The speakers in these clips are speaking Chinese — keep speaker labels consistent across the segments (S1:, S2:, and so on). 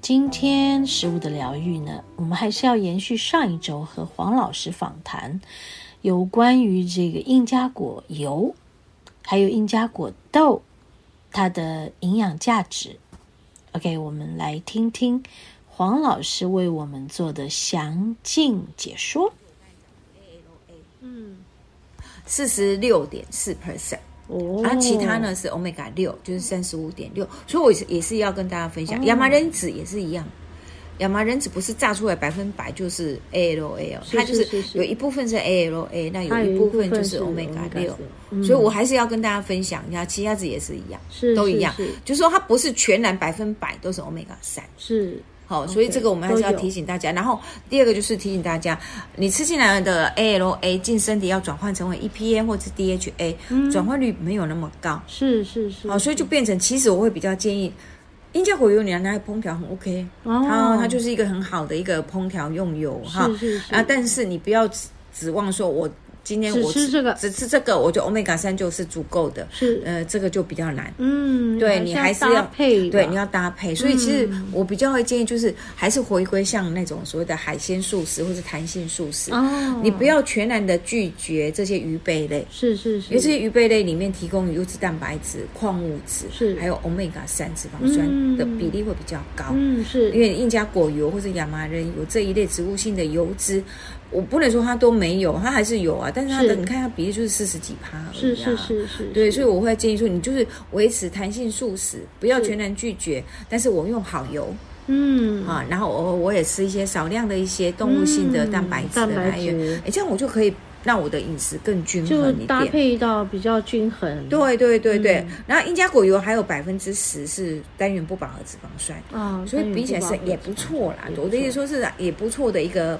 S1: 今天食物的疗愈呢，我们还是要延续上一周和黄老师访谈有关于这个印加果油，还有印加果豆它的营养价值。OK，我们来听听黄老师为我们做的详尽解说。嗯，
S2: 四十六点四 percent，
S1: 哦
S2: 啊，其他？呢是 omega 六，就是三十五点六，所以我也是也是要跟大家分
S1: 哦
S2: 享，亚麻仁籽也是一样，亚麻仁籽不是榨出来百分百就是 ALA 哦，
S1: 是
S2: 它就是是
S1: 是是
S2: 有一部分是 ALA，那
S1: 它
S2: 有
S1: 有
S2: 一
S1: 一
S2: 部
S1: 部
S2: 分就
S1: 分
S2: 是
S1: 是
S2: omega
S1: omega
S2: 六
S1: 六嗯，
S2: 所以我还是要跟大家分享一下，奇亚籽也是一样，
S1: 是
S2: 都一样
S1: 是
S2: 就是说它不是全然百分百都是 omega 三。
S1: 是
S2: 好，所以这个我们还是要提醒大家。然后第二个就是提醒大家，你吃进来的 ALA 进身体要转换成为 EPA 或是 DHA，、转
S1: 嗯
S2: 换率没有那么高。
S1: 是是是
S2: 哦好，所以就变成，其实我会比较建议，英加果油你拿来烹调很 OK，、
S1: 哦
S2: 它它就是一个很好的一个烹调用油哈。
S1: 是是
S2: 啊，但是你不要指指望说我今天
S1: 只
S2: 我
S1: 吃这个
S2: 只吃这个，我就 omega 三就是足够的。
S1: 是
S2: 呃，这个就比较难。
S1: 嗯，
S2: 对你还是要
S1: 搭配吧，嗯
S2: 对，你要搭配。所以其实我比较会建议，就是还是回归像那种所谓的海鲜素食或是弹性素食，
S1: 哦，
S2: 你不要全然的拒绝这些鱼贝类。
S1: 是是是，
S2: 因为这些鱼贝类里面提供优质蛋白质、矿物质，
S1: 是
S2: 还有 omega 三脂肪酸的比例会比较高。
S1: 嗯是，
S2: 因为印加果油或者亚麻仁油这一类植物性的油脂，我不能说它都没有，它还是有啊，但是它的
S1: 是
S2: 你看它比例就是四十几趴、而
S1: 是
S2: 已啊
S1: 是是是，
S2: 对，
S1: 是
S2: 所以我会建议说，你就是维持弹性素食，不要
S1: 是
S2: 全然拒绝，但是我用好油
S1: 嗯
S2: 啊，然后我我也吃一些少量的一些动物性的蛋白质
S1: 嗯蛋
S2: 的
S1: 白
S2: 来源，
S1: 质
S2: 哎、这样我就可以让我的饮食更均
S1: 就
S2: 衡一
S1: 搭
S2: 点。
S1: 配到比较均衡，
S2: 对对对对，
S1: 嗯
S2: 然后印加果油还有百分之十是单元不饱和脂肪酸，
S1: 啊，
S2: 所以比起来是也不错啦。我的意思说是也不错的一个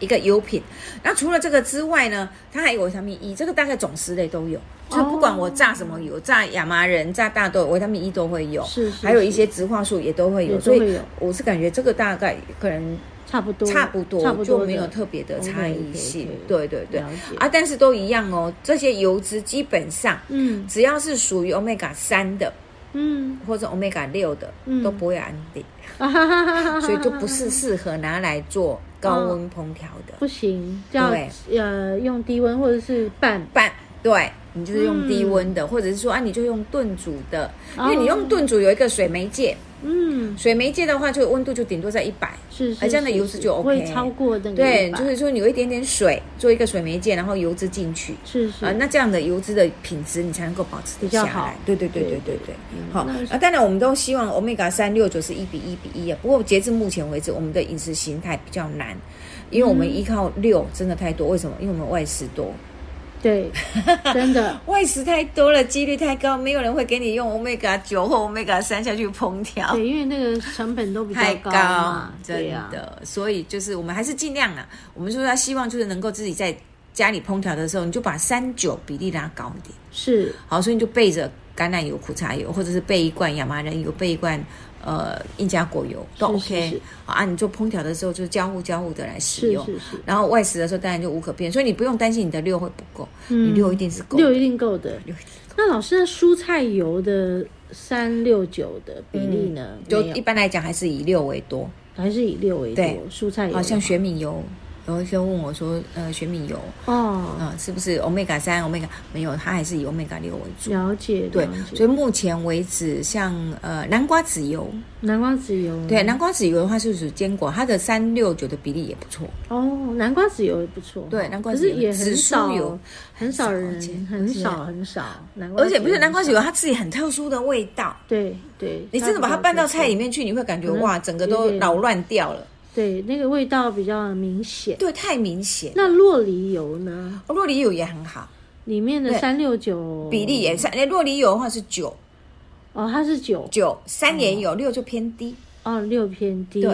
S2: 一个优品。那除了这个之外呢，它还有维他命 E，这个大概总十类都有，就是不管我榨什么油，榨亚麻仁、榨大豆，维他命 E 都会有，
S1: 是是
S2: 还有一些植化素也都会
S1: 也
S2: 有。
S1: 都
S2: 所
S1: 会
S2: 以
S1: 有
S2: 我是感觉这个大概可能
S1: 差不多
S2: 差不多，
S1: 差不多
S2: 就
S1: 的
S2: 没有特别的差异性。
S1: OK，OK，OK，
S2: 对对对
S1: 了解，
S2: 啊，但是都一样哦，这些油脂基本上。
S1: 嗯
S2: 只要是属于 omega 三的
S1: 嗯
S2: 或者 omega 六的，
S1: 嗯
S2: 都 不会安定。
S1: 啊哈哈哈哈哈，
S2: 所以就不
S1: 嗯
S2: 是适合拿来做高温烹调的
S1: 不行，要
S2: 对
S1: 呃用低温或者是拌，
S2: 拌。对你就是用
S1: 嗯
S2: 低温的，或者是说啊，你就用炖煮的，因为
S1: 哦
S2: 你用炖煮有一个水媒介，
S1: 嗯
S2: 水媒介的话就温度就顶多在一百。
S1: 是是，
S2: 哎这样的
S1: 是
S2: 油脂
S1: 是
S2: 就
S1: 不会
S2: OK
S1: 超过那个
S2: 对，
S1: 100
S2: 就是说你有一点点水做一个水媒介，然后油脂进去。
S1: 是是
S2: 啊、那这样的油脂的品质你才能够保持
S1: 比
S2: 得
S1: 较
S2: 下
S1: 好
S2: 来。对对对对对对，好。
S1: 那是
S2: 啊，当然我们都希望 omega 三六九是一比一比一啊。不过截至目前为止，我们的饮食形态比较难，因为我们依靠六真的太多。为什么？因为我们外食多，
S1: 对，真的
S2: 外食太多了，几率太高，没有人会给你用 omega 九或 omega 三下去烹调。
S1: 对，因为那个成本都比较
S2: 哦 太
S1: 高
S2: 高啊
S1: 嘛，，
S2: 真
S1: 对呀
S2: 的，所以就是我们还是尽量啊。我们说要希望就是能够自己在家里烹调的时候，你就把三九比例拉高一点。
S1: 是
S2: 好，所以你就备着橄榄油、苦茶油，或者是备一罐亚麻仁油，备一罐呃印加果油都
S1: 是
S2: OK
S1: 是是
S2: 好啊。你做烹调的时候就交互交互的来使
S1: 是
S2: 用，
S1: 是是，
S2: 然后外食的时候当然就无可辩，所以你不用担心你的六会不够，你六一定是够的。
S1: 嗯六一定够的。
S2: 六一定
S1: 那老师，那蔬菜油的三六九的比例呢？
S2: 就
S1: 没有
S2: 一般来讲还是以六为多，
S1: 还是以六为多
S2: 对。
S1: 蔬菜油
S2: 好像玄米油，有一些问我说，呃，玄米油，
S1: 哦，
S2: 嗯、是不是 omega 三 omega 没有，它还是以 omega 六为主。
S1: 了解
S2: 对
S1: 了，解
S2: 所以目前为止，像呃南瓜籽油，
S1: 南瓜籽油
S2: 对，南瓜籽油的话是属于坚果，它的三六九的比例也不错。
S1: 哦，南瓜籽油也不错。
S2: 对，南瓜
S1: 可
S2: 籽
S1: 是
S2: 油、
S1: 也很
S2: 紫
S1: 少
S2: 苏油，，
S1: 很少人
S2: 很少见，
S1: 很少很少。南瓜
S2: 而
S1: 籽
S2: 且
S1: 油
S2: 不是南瓜籽
S1: 很
S2: 油，
S1: 少，
S2: 它自己很特殊的味道。
S1: 对对，
S2: 你真的把它拌到菜里面去，你会感觉
S1: 可能
S2: 哇，整个
S1: 有
S2: 都
S1: 点
S2: 扰乱掉了。
S1: 对那个味道比较明显。
S2: 对，太明显。
S1: 那洛梨油呢？
S2: 洛梨油也很好，
S1: 里面的
S2: 对
S1: 三六九
S2: 比例也是。哎，洛梨油的话是九
S1: 哦，它是九
S2: 九三也有，六就偏低。
S1: 哦，六偏低。
S2: 对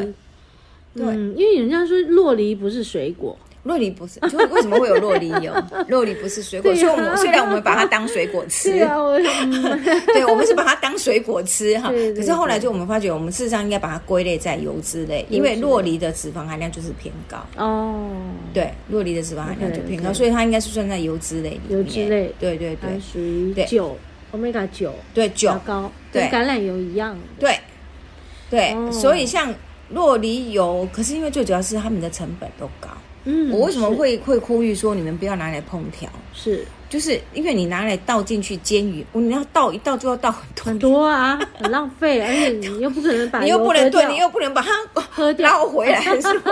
S2: 对
S1: 嗯，因为人家说洛梨不是水果，
S2: 洛梨不是，就为什么会有洛梨 油？洛梨不是水果，
S1: 对啊
S2: 所以我们虽然我们把它当水果吃，
S1: 对啊，我、嗯
S2: 对我们是把它当水果吃哈。
S1: 对对
S2: 可是后来就我们发觉，我们事实上应该把它归类在油脂类，因为洛梨的脂肪含量就是偏高。
S1: 哦，
S2: 对，洛梨的脂肪含量就偏高
S1: OK，OK
S2: 所以它应该是算在油脂类里面。
S1: 油脂类
S2: 对对对、
S1: 它属于
S2: 对
S1: 九，omega 九，
S2: 对
S1: 比
S2: 酒
S1: 较，高，
S2: 对
S1: 跟橄榄油一样的。
S2: 对对、
S1: 哦
S2: 所以像洛梨油，可是因为最主要是它们的成本都高。
S1: 嗯，
S2: 我为什么
S1: 是
S2: 会会呼吁说你们不要拿来烹调？
S1: 是
S2: 就是因为你拿来倒进去煎鱼，我你要倒一倒就要倒很多，
S1: 很多啊，很浪费， 而且你又不可能把
S2: 你又
S1: 油
S2: 不能
S1: 喝
S2: 对，
S1: 掉
S2: 你又不能把 它
S1: 喝掉
S2: 捞回来，是吧？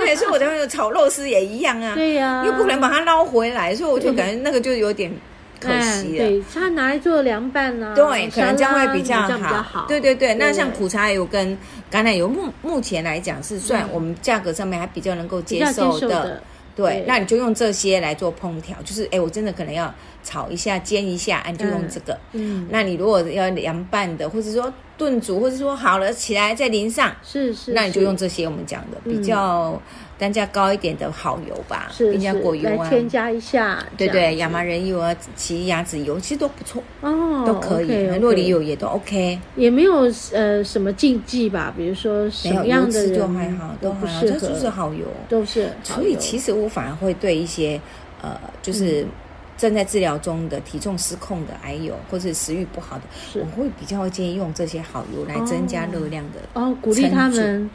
S2: 对，所以我才会说炒肉丝也一样啊，
S1: 对呀、
S2: 又不能把它捞回来，所以我就感觉那个就有点可惜
S1: 哎
S2: 了。
S1: 对，它拿来做凉拌啊，
S2: 对，可
S1: 沙拉啊
S2: 能这样会比较
S1: 这
S2: 好。
S1: 样比较好。
S2: 对对对，那像苦茶油跟橄榄油，目目前来讲是算我们价格上面还比较能够
S1: 嗯比
S2: 接
S1: 较接
S2: 受
S1: 受
S2: 的。
S1: 的，
S2: 对
S1: 对，
S2: 那你就用这些来做烹调，就是哎，我真的可能要炒一下、煎一下，啊你就用
S1: 嗯
S2: 这个。
S1: 嗯，
S2: 那你如果要凉拌的，或者说炖煮，或者说好了起来再淋上，
S1: 是是，
S2: 那你就是用这些我们讲的
S1: 嗯
S2: 比较单价高一点的好油吧，
S1: 是
S2: 冰加
S1: 是
S2: 果油
S1: 来
S2: 啊，
S1: 添加一下，
S2: 对
S1: 这样
S2: 对，亚麻仁油啊、奇亚籽油其实都不错，
S1: 哦
S2: 都可以，
S1: ，OK，OK
S2: 洛梨油也都 OK，
S1: 也没有呃什么禁忌吧，比如说什
S2: 没有
S1: 么样
S2: 油
S1: 的
S2: 脂
S1: 人
S2: 就还好，都
S1: 不
S2: 还好，
S1: 适
S2: 这
S1: 合，
S2: 就是好油。
S1: 都是好
S2: 所以
S1: 油
S2: 其实我反而会对一些呃，
S1: 嗯
S2: 就是正在治疗中的体重失控的癌友或者食欲不好的，
S1: 是
S2: 我会比较建议用这些好油来增加
S1: 哦
S2: 热量的
S1: 哦，鼓励他们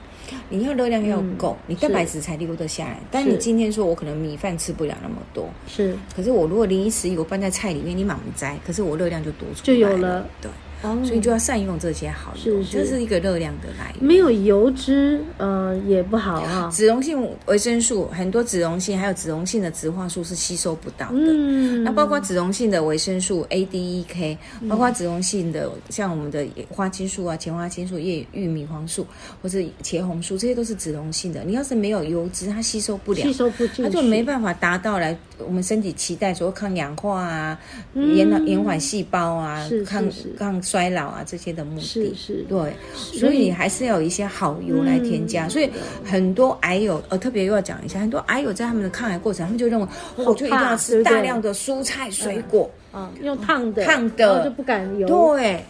S2: 你要热量要
S1: 嗯
S2: 够，你
S1: 是
S2: 蛋白质才留得下来。但
S1: 是
S2: 你今天说我可能米饭吃不了那么多，
S1: 是
S2: 可是我如果零一食油拌在菜里面，你满摘，可是我热量就多出来
S1: 就有了
S2: 了。对，
S1: 哦，
S2: 所以就要善用这些好油，
S1: 是是
S2: 这是一个热量的来源。
S1: 没有油脂呃也不好啊，
S2: 脂溶性维生素很多脂溶性，还有脂溶性的植化素是吸收不到的。
S1: 嗯，
S2: 那包括脂溶性的维生素 A、D、E、K，包括脂溶性的像我们的花青素啊、前花青素、叶玉米黄素或是茄红素，这些都是脂溶性的。你要是没有油脂，它吸收不了
S1: 吸，收不进去，
S2: 它就没办法达到来我们身体期待所谓抗氧化啊、延缓延缓细胞啊
S1: 嗯是、是
S2: 抗
S1: 是
S2: 抗衰老啊这些的目
S1: 是
S2: 的。
S1: 是，嗯
S2: 对，
S1: 所
S2: 所以
S1: 以
S2: 你还是要有一些好油来添加。所以很多癌友，呃，特别又要讲一下，很多癌友在他们的抗癌过程，他们就认为哦我就一定要
S1: 对
S2: 吃
S1: 不对
S2: 大量的蔬菜水果，
S1: 啊，用烫的，
S2: 烫的
S1: 然后就不敢油，
S2: 对，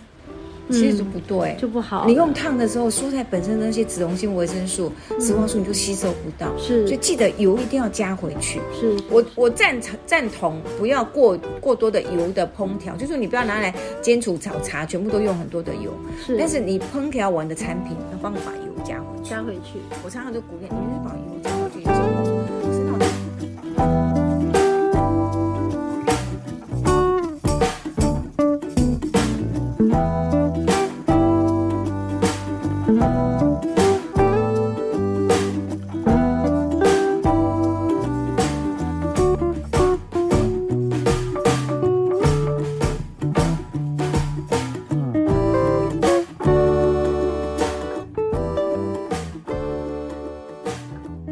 S2: 其实就不对。
S1: 嗯就不好。
S2: 你用烫的时候，蔬菜本身的那些脂溶性维生素、植化素你就吸收不到，
S1: 嗯是
S2: 所以记得油一定要加回去。
S1: 是
S2: 我我赞成赞同不要过过多的油的烹调，就是你不要拿来煎煮炒茶，全部都用很多的油。
S1: 是，
S2: 但是你烹调完的产品，要帮我把油加回去。
S1: 加回去。
S2: 我常常就鼓励你们把油加回去，有时候我说可是那我就不敢放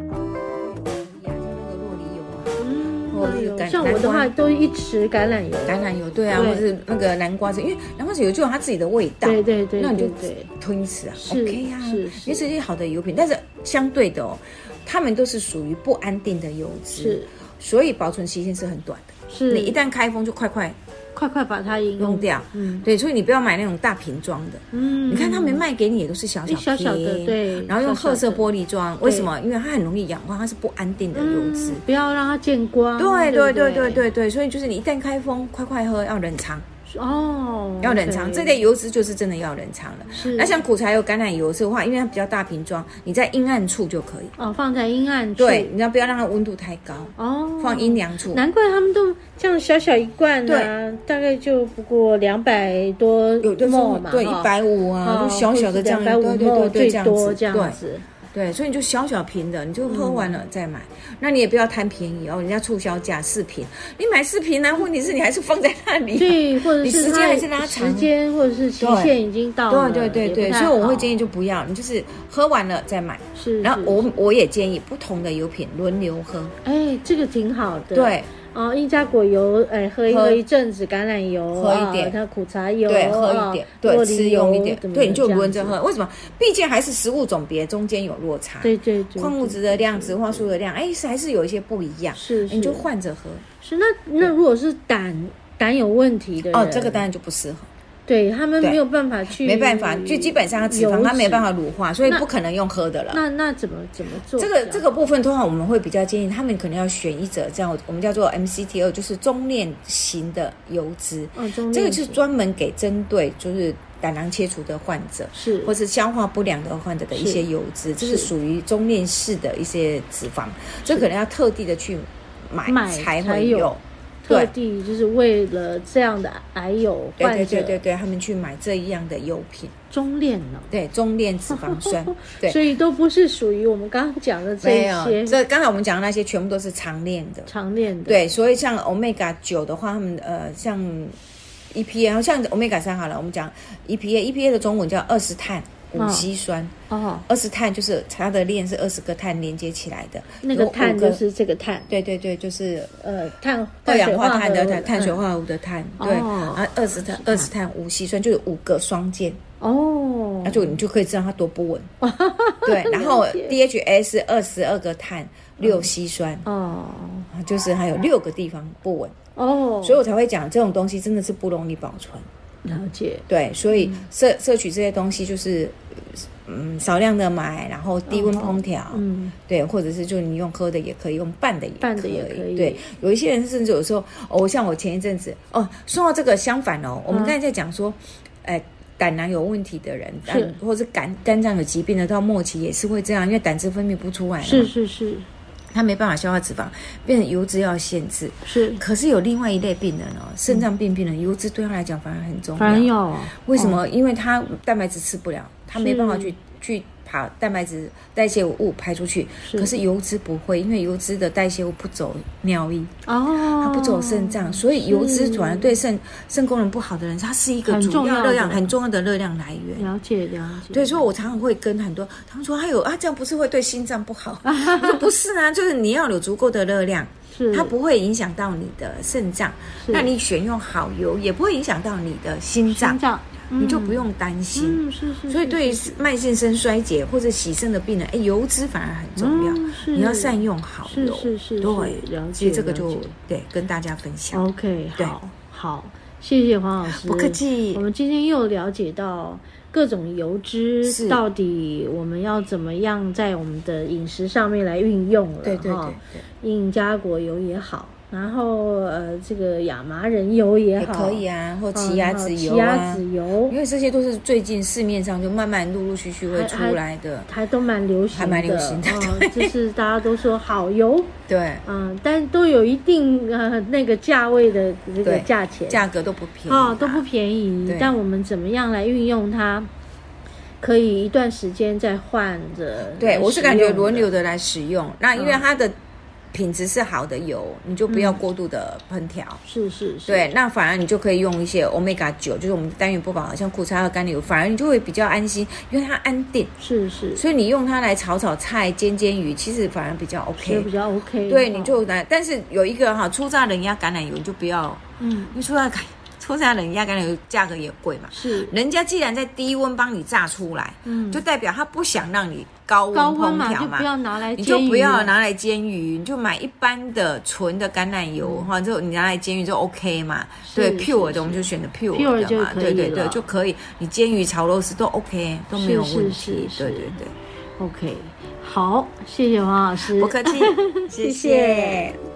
S2: 像那个洛梨油啊，
S1: 嗯
S2: 或者
S1: 哎
S2: 是
S1: 呦
S2: 橄
S1: 像我的话都一匙橄榄油，
S2: 橄榄油对啊，
S1: 对
S2: 或者是那个南瓜籽，因为南瓜籽油就有它自己的味道，
S1: 对对对，
S2: 那你就
S1: 对对
S2: 吞一吃啊
S1: 是
S2: ，OK 呀、啊，
S1: 是
S2: 因
S1: 是
S2: 为这些好的油品，但是相对的哦，它们都是属于不安定的油脂
S1: 是，
S2: 所以保存期限是很短的。
S1: 是，
S2: 你一旦开封就快快
S1: 快快把它饮
S2: 用，掉，
S1: 嗯
S2: 对，所以你不要买那种大瓶装的。
S1: 嗯，
S2: 你看他们卖给你也都是小
S1: 一
S2: 小
S1: 小小的
S2: 瓶
S1: 对
S2: 然后用褐色
S1: 小小的
S2: 玻璃装，为什么？因为它很容易氧化，它是不安定的油脂。
S1: 嗯不要让它见光，
S2: 对
S1: 嗯对
S2: 对
S1: 不
S2: 对对，对对，所以就是你一旦开封，快快喝，要冷藏，
S1: 哦，
S2: 要冷藏，
S1: 对嗯
S2: 这类油脂就是真的要冷藏了。
S1: 是
S2: 那像苦茶油、橄榄油的话，因为它比较大瓶装，你在阴暗处就可以。
S1: 哦放在阴暗处，
S2: 对，你要不要让它温度太高，
S1: 哦，
S2: 放阴凉处。
S1: 难怪他们都这样小小一罐啊，大概就不过两百多
S2: 有的时候
S1: ml 嘛，
S2: 对
S1: 哈
S2: 一百五啊，就小小的这样，
S1: 两百
S2: 对
S1: 五
S2: 对对对，这
S1: 最
S2: 样子
S1: 多，这
S2: 对
S1: 样子，
S2: 对，所以你就小小瓶的，你就喝完了再买。那你也不要贪便宜哦，人家促销价四瓶，你买四瓶呢，问题是你还是放在那 里。
S1: 对，或者
S2: 你
S1: 是
S2: 时
S1: 它
S2: 间还是拉长
S1: 时间或者是期
S2: 对
S1: 限已经到了，
S2: 对对对对，所以我会建
S1: 议
S2: 议就不要，你就是喝完了再买。
S1: 是，
S2: 然后
S1: 是
S2: 我我也建议不同的油品轮流喝，
S1: 哎，这个挺好的，
S2: 对，
S1: 哦，印加果油，哎，喝一
S2: 喝
S1: 喝一阵子，橄榄油，
S2: 喝一点
S1: 啊它苦茶油，
S2: 对，喝
S1: 啊
S2: 一点，对，
S1: 洛梨
S2: 吃用一
S1: 油
S2: 点
S1: 怎，么
S2: 对，
S1: 的
S2: 你就
S1: 这样
S2: 轮着
S1: 子
S2: 喝。为什么？毕竟还是食物种别中间有落差，
S1: 对对对，
S2: 矿物质的量、植化素的量，哎，是还是有一些不一样，
S1: 是是
S2: 你就换着喝。
S1: 是那那如果是胆胆有问题的人
S2: 哦，这个当然就不适合，
S1: 对他们
S2: 对
S1: 没有办法去，
S2: 没办法，就基本上它脂肪它没办。法乳化，所以不可能用喝的了。
S1: 那那怎么怎么做比
S2: 这
S1: 较好？
S2: 个这个部分，通常我们会比较建议他们可能要选一者这样，我们叫做 MCT 二，就是中链型的油脂。
S1: 哦，中
S2: 这个
S1: 链
S2: 是
S1: 型
S2: 专门给针对就是胆囊切除的患者，
S1: 是
S2: 或是消化不良的患者的一些油脂，这是属于中链式的一些脂肪，这可能要特地的去买
S1: 买
S2: 才
S1: 才
S2: 会
S1: 有
S2: 有。
S1: 特
S2: 对
S1: 地就是为了这样的癌友
S2: 对
S1: 患
S2: 对
S1: 者
S2: 对对对，他们去买这一样的油品，
S1: 中链呢，，
S2: 对中链脂肪酸 对
S1: 所，以都不是属于我们刚刚讲的这
S2: 没
S1: 一
S2: 有。
S1: 些
S2: 这刚才我们讲的那些全部都是长链的，
S1: 长链的，
S2: 对，所以像 omega 九的话，他们呃像 EPA，然后像 omega 三好了，我们讲 E EPA，EPA 的中文叫二十碳
S1: 嗯
S2: 五烯酸。
S1: 哦，
S2: 二十碳就是它的链是二十个碳连接起来的，
S1: 那个
S2: 有五
S1: 碳就是这个碳，
S2: 对对对，就是
S1: 呃，碳
S2: 二氧化碳的碳
S1: 碳
S2: 碳
S1: 水
S2: 水
S1: 化合物嗯
S2: 化合物的碳，
S1: 哦
S2: 对，啊二十碳二十碳无烯酸就是五个双键，
S1: 哦，
S2: 那就你就可以知道它多不 稳，对，然后
S1: 了解
S2: DHS 二十二个碳六烯酸，
S1: 哦
S2: 啊就是还有六个地方不稳，
S1: 哦，
S2: 所以我才会讲这种东西真的是不容易保存。
S1: 了解，
S2: 对，所以
S1: 嗯
S2: 摄摄取这些东西就是，嗯，少量的买，然后低温烹调，
S1: 嗯，
S2: 对，或者是就你用喝的也可以，用拌的也
S1: 拌的也可以
S2: 对，有一些人甚至有时候，哦，像我前一阵子，哦，说到这个相反哦，我们
S1: 嗯
S2: 刚才在讲说，哎、胆囊有问题的人，胆
S1: 是
S2: 或是肝肝脏有疾病的，到末期也是会这样，因为胆汁分泌不出来了嘛，
S1: 是是是
S2: 他没办法消化脂肪，变成油脂要限制。
S1: 是，
S2: 可是有另外一类病人哦，肾脏病病人，油脂对他来讲反而很重要。
S1: 嗯反正有哦
S2: 为什么？因为它蛋白质吃不了，它没办法
S1: 是
S2: 去去把蛋白质代谢物排出去。
S1: 是
S2: 可是油脂不会，因为油脂的代谢物不走尿液，
S1: 哦，
S2: 它不走肾脏，所以油脂反而对肾肾功能不好的人，它是一个
S1: 很
S2: 主
S1: 重要
S2: 要热量
S1: 的
S2: 很重要的热量来源。
S1: 了解了解，
S2: 对，所以我常常会跟很多他们说，哎呦啊，这样不是会对心脏不好？我说不是啊，就是你要有足够的热量，
S1: 是
S2: 它不会影响到你的肾脏。
S1: 是
S2: 那你选用好油，也不会影响到你的心脏
S1: 心。脏，
S2: 你就
S1: 嗯
S2: 不用担心。
S1: 嗯是是，
S2: 所以
S1: 是
S2: 对于慢性肾衰竭或者洗肾的病人，哎，油脂反而很重要，
S1: 嗯是
S2: 你要善用好
S1: 是
S2: 油。
S1: 是是是了
S2: 对，
S1: 解
S2: 所以这个
S1: 了
S2: 就
S1: 解哦
S2: 对跟大家分享。
S1: OK
S2: 对
S1: 好好，谢谢黄老师，
S2: 不客气
S1: 我，们今天又了解到各种油脂
S2: 是
S1: 到底我们要怎么样在我们的饮食上面来运用了
S2: 对对
S1: 哈
S2: 对对，
S1: 印加果油也好，然后呃这个亚麻仁油也
S2: 也
S1: 好，
S2: 可以啊，或
S1: 嗯，
S2: 奇亚籽油
S1: 奇亚
S2: 啊，
S1: 籽油
S2: 因为这些都是最近市面上就慢慢陆陆续续会
S1: 还
S2: 出
S1: 还
S2: 来的。
S1: 还都蛮流行的，
S2: 还蛮流行 的
S1: 嗯就是大家都说好油，
S2: 对，
S1: 嗯，但都有一定呃那个价位的这个
S2: 对
S1: 价钱，
S2: 价格都不便宜
S1: 哦
S2: 啦，
S1: 都不便宜
S2: 对。
S1: 但我们怎么样来运用它？可以一段时间再换着。
S2: 对，我是感觉轮流
S1: 的。嗯
S2: 的来使用。那因为它的品质是好的油，你就不要过度的烹调。
S1: 是是嗯是。
S2: 对，那反而你就可以用一些 omega 九，就是我们单元不饱和，像苦茶和甘油，反而你就会比较安心，因为它安定，
S1: 是是，
S2: 所以你用它来炒炒菜、煎煎鱼，其实反而比较
S1: 就
S2: OK
S1: 比。较 OK 哈。
S2: 对，你就拿，但是有一个哈，初榨冷压橄榄油你就不要，
S1: 嗯
S2: 因为初榨橄初榨冷压橄榄油价格也贵嘛。
S1: 是
S2: 人家既然在低温帮你榨出来，
S1: 嗯
S2: 就代表他不想让你高温
S1: 高温
S2: 烹
S1: 嘛，
S2: 调
S1: 就
S2: 嘛，
S1: 不要拿来
S2: 你就
S1: 哎煎
S2: 不
S1: 鱼啊
S2: 要
S1: 了
S2: 拿来煎鱼，你就买一般的纯的橄榄油哈，就你拿来煎鱼就 OK 嘛。
S1: 嗯是
S2: 对
S1: 是
S2: ，pure
S1: 是
S2: 的我们就选的
S1: pure
S2: pure
S1: 就
S2: 的嘛，
S1: 可
S2: 对
S1: 以
S2: 对
S1: 了
S2: 对，就可以。你煎鱼、炒肉丝都 OK，都没有
S1: 是是
S2: 问
S1: 是
S2: 题。
S1: 是
S2: 对对对，
S1: OK，好，谢谢黄老师，
S2: 不客气，
S1: 谢
S2: 谢
S1: 谢
S2: 谢。